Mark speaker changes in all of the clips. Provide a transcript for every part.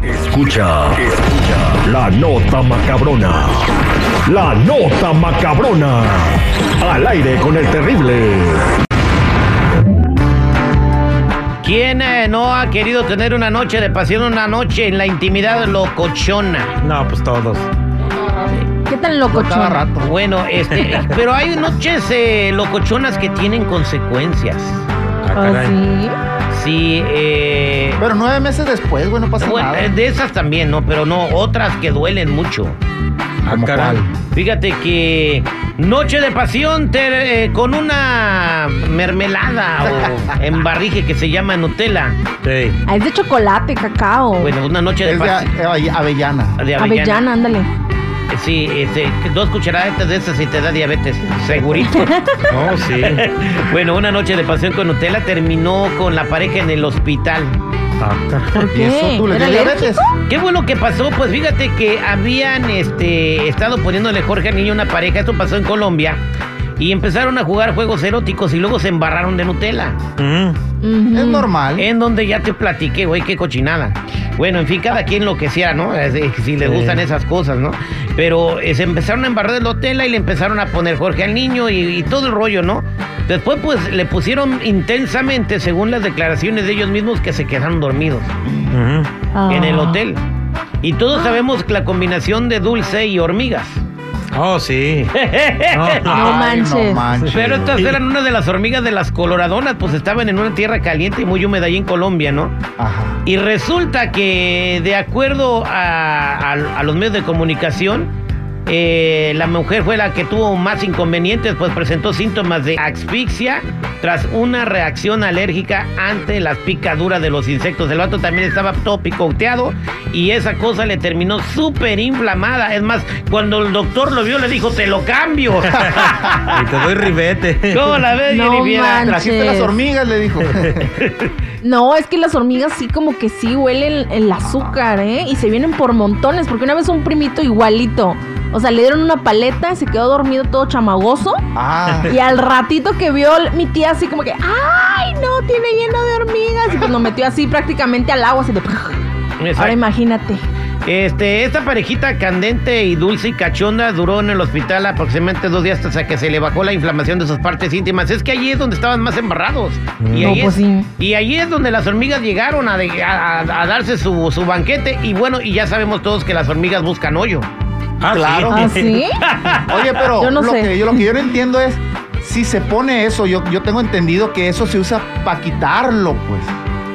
Speaker 1: Escucha, escucha la nota macabrona. La nota macabrona. Al aire con el terrible.
Speaker 2: ¿Quién eh, no ha querido tener una noche de pasión, una noche en la intimidad locochona?
Speaker 3: No, pues todos.
Speaker 4: ¿Qué tan loco, chona?
Speaker 3: Cada rato.
Speaker 2: Bueno, este, pero hay noches eh, locochonas que tienen consecuencias.
Speaker 3: Ah,
Speaker 4: ¿Oh,
Speaker 3: caray.
Speaker 4: sí?
Speaker 2: Sí, eh,
Speaker 5: Pero nueve meses después, güey, no pasa
Speaker 2: bueno,
Speaker 5: nada.
Speaker 2: eh, de esas también, ¿no? Pero no, otras que duelen mucho.
Speaker 3: Ah, caray.
Speaker 2: Fíjate que noche de pasión te- eh, con una mermelada o embarrije que se llama Nutella.
Speaker 3: Sí.
Speaker 4: Ah, es de chocolate, cacao.
Speaker 2: Bueno, una noche de
Speaker 5: Es de a-
Speaker 2: pasión.
Speaker 5: eh, avellana.
Speaker 2: De avellana.
Speaker 4: Avellana, ándale.
Speaker 2: Sí, este, dos cucharaditas de esas y te da diabetes, segurito.
Speaker 3: No, sí.
Speaker 2: bueno, una noche de pasión con Nutella terminó con la pareja en el hospital.
Speaker 3: Ah, caray.
Speaker 4: ¿Por
Speaker 5: ¿Y eso
Speaker 4: qué?
Speaker 5: tú le
Speaker 4: ¿Era
Speaker 5: dio diabetes?
Speaker 4: alérgico?
Speaker 2: Qué bueno que pasó, pues fíjate que habían este, estado poniéndole Jorge al niño a una pareja, esto pasó en Colombia, y empezaron a jugar juegos eróticos y luego se embarraron de Nutella.
Speaker 3: Mm.
Speaker 4: Ujú.
Speaker 5: Es normal.
Speaker 2: En donde ya te platiqué, güey, qué cochinada. Bueno, en fin, cada quien lo que sea, ¿no? Es de- Si les
Speaker 3: Sí.
Speaker 2: gustan esas cosas, ¿no? Pero eh, se empezaron a embarrar de la tela y le empezaron a poner Jorge al niño y, y todo el rollo, ¿no? Después, pues, le pusieron intensamente, según las declaraciones de ellos mismos, que se quedaron dormidos
Speaker 3: Ujú.
Speaker 4: Ah.
Speaker 2: en el hotel. Y
Speaker 3: Ah.
Speaker 2: todos sabemos que la combinación de dulce y hormigas.
Speaker 3: Oh, sí.
Speaker 4: No
Speaker 3: No. pues,
Speaker 4: manches.
Speaker 5: No manches.
Speaker 2: Pero estas eran una de las hormigas de las coloradonas, pues estaban en una tierra caliente y muy húmeda ahí en Colombia, ¿no?
Speaker 5: Ajá.
Speaker 2: Y resulta que, de acuerdo a, a- a los medios de comunicación, eh, la mujer fue la que tuvo más inconvenientes, pues presentó síntomas de asfixia tras una reacción alérgica ante las picaduras de los insectos. El vato también estaba todo picoteado y esa cosa le terminó súper inflamada. Es más, cuando el doctor lo vio, le dijo: Te lo cambio.
Speaker 3: Y te doy ribete.
Speaker 2: ¿Cómo la ves,
Speaker 4: No
Speaker 2: Jennifer?
Speaker 5: Trajiste las
Speaker 4: Manches.
Speaker 5: hormigas, le dijo.
Speaker 4: No, es que las hormigas sí como que sí huelen el azúcar, ¿eh? Y se vienen por montones, porque una vez un primito igualito, o sea, le dieron una paleta y se quedó dormido todo chamagoso.
Speaker 5: Ah.
Speaker 4: Y al ratito que vio l- mi tía así como que, ¡ay, no, tiene lleno de hormigas! Y pues nos metió así prácticamente al agua, así de...
Speaker 2: Exacto.
Speaker 4: Ahora imagínate.
Speaker 2: Este, esta parejita candente y dulce y cachonda duró en el hospital aproximadamente dos días hasta que se le bajó la inflamación de sus partes íntimas. Es que allí es donde estaban más embarrados. Y,
Speaker 4: No,
Speaker 2: ahí,
Speaker 4: pues
Speaker 2: es,
Speaker 4: sí.
Speaker 2: y ahí es donde las hormigas llegaron a, de- a- a- a darse su, su banquete. Y bueno, y ya sabemos todos que las hormigas buscan hoyo.
Speaker 3: Ah,
Speaker 5: Claro.
Speaker 4: ¿Ah, sí?
Speaker 5: Oye, pero
Speaker 4: Yo no
Speaker 5: lo,
Speaker 4: sé.
Speaker 5: Que yo, lo que yo no entiendo es si se pone eso. Yo, yo tengo entendido que eso se usa para quitarlo, pues.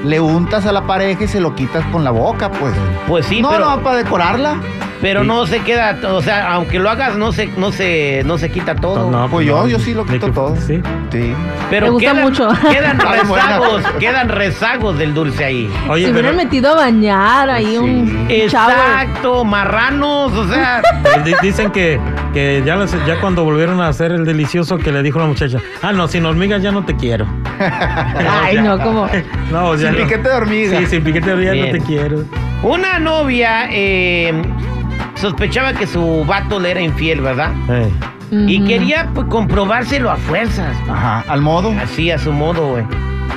Speaker 5: Le untas a la pareja y se lo quitas con la boca, pues.
Speaker 2: Pues sí,
Speaker 5: no,
Speaker 2: pero,
Speaker 5: no, para decorarla.
Speaker 2: pero no se queda, o sea, aunque lo hagas, no se, no se, no se quita todo.
Speaker 3: No,
Speaker 5: Pues yo, yo sí lo
Speaker 3: Ni
Speaker 5: quito
Speaker 3: que-
Speaker 5: todo.
Speaker 3: Sí.
Speaker 5: Sí.
Speaker 2: Pero
Speaker 4: Me gusta
Speaker 2: quedan,
Speaker 4: mucho.
Speaker 2: quedan
Speaker 5: Ay, buena.
Speaker 2: rezagos, quedan rezagos del dulce ahí.
Speaker 3: Oye,
Speaker 4: se
Speaker 3: pero
Speaker 4: hubieran metido a bañar ahí
Speaker 5: Sí.
Speaker 4: un shower.
Speaker 2: Exacto, marranos, o sea.
Speaker 3: pero di- dicen que, que ya, las- ya cuando volvieron a hacer el delicioso que le dijo la muchacha, ah, no, sin hormigas ya no te quiero.
Speaker 4: Ay, no, como...
Speaker 3: No,
Speaker 2: Pues
Speaker 3: ya
Speaker 5: Sin
Speaker 3: no.
Speaker 5: piquete de hormiga.
Speaker 3: Sí, sin piquete de hormiga
Speaker 2: Bien.
Speaker 3: no te quiero.
Speaker 2: Una novia eh, sospechaba que su vato le era infiel, ¿verdad?
Speaker 3: Eh.
Speaker 2: Y
Speaker 4: Ujú.
Speaker 2: quería pues, comprobárselo a fuerzas,
Speaker 5: Ajá. Al modo.
Speaker 2: así a su modo, güey.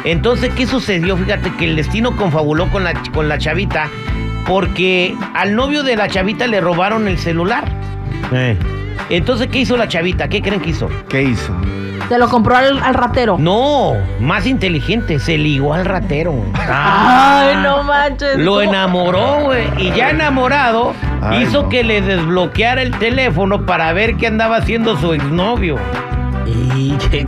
Speaker 2: Entonces, ¿qué sucedió? Fíjate que el destino confabuló con la, con la chavita porque al novio de la chavita le robaron el celular.
Speaker 3: Eh.
Speaker 2: Entonces, ¿qué hizo la chavita? ¿Qué creen que hizo?
Speaker 5: ¿Qué hizo?
Speaker 4: Se lo compró al, al ratero.
Speaker 2: No, más inteligente, se ligó al ratero.
Speaker 4: Ay, no manches.
Speaker 2: Lo
Speaker 4: ¿cómo?
Speaker 2: enamoró, güey. Y ya enamorado,
Speaker 5: Ay,
Speaker 2: hizo
Speaker 5: no.
Speaker 2: que le desbloqueara el teléfono para ver qué andaba haciendo su exnovio.
Speaker 3: Y que-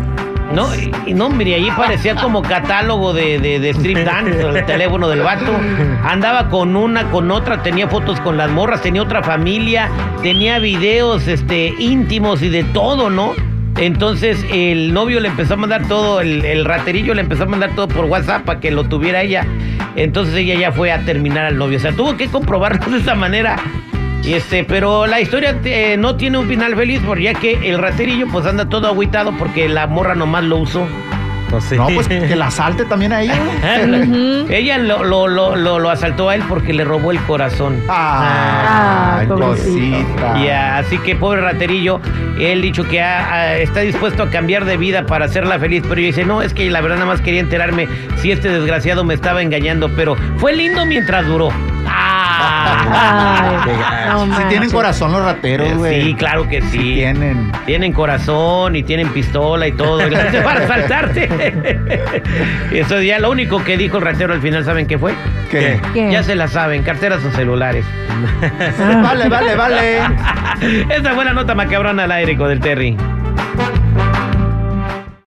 Speaker 2: No, y no, mire, allí parecía como catálogo de, de, de strip dance, el teléfono del vato. Andaba con una, con otra, tenía fotos con las morras, tenía otra familia, tenía videos este, íntimos y de todo, ¿no? Entonces el novio le empezó a mandar todo, el, el raterillo le empezó a mandar todo por WhatsApp para que lo tuviera ella. Entonces ella ya fue a terminar al novio. O sea, tuvo que comprobarlo de esa manera. Y Este, pero la historia eh, no tiene un final feliz, por ya que el raterillo pues anda todo agüitado porque la morra nomás lo usó.
Speaker 3: Pues sí.
Speaker 5: No, pues que la salte también a ella. güey.
Speaker 4: Ujú.
Speaker 2: Ella lo, lo, lo, lo, lo asaltó a él porque le robó el corazón.
Speaker 5: Ah,
Speaker 4: Ah, pobrecito.
Speaker 5: cosita.
Speaker 2: Y ah, así que pobre raterillo, él dicho que ah, ah, está dispuesto a cambiar de vida para hacerla feliz, pero yo dice, no, es que la verdad nada más quería enterarme si este desgraciado me estaba engañando, pero fue lindo mientras duró. Ah,
Speaker 4: Ay, no
Speaker 5: Si tienen
Speaker 4: manches.
Speaker 5: corazón los rateros, güey.
Speaker 2: sí, claro que sí.
Speaker 5: Sí tienen.
Speaker 2: Tienen corazón y tienen pistola y todo. Y la gente para asaltarte. y eso ya lo único que dijo el ratero al final, ¿saben qué fue?
Speaker 5: ¿Qué?
Speaker 4: ¿Qué?
Speaker 2: Ya se la saben, carteras o celulares.
Speaker 5: Vale, vale, vale.
Speaker 2: Esa fue la nota macabrona al aire con el Terry.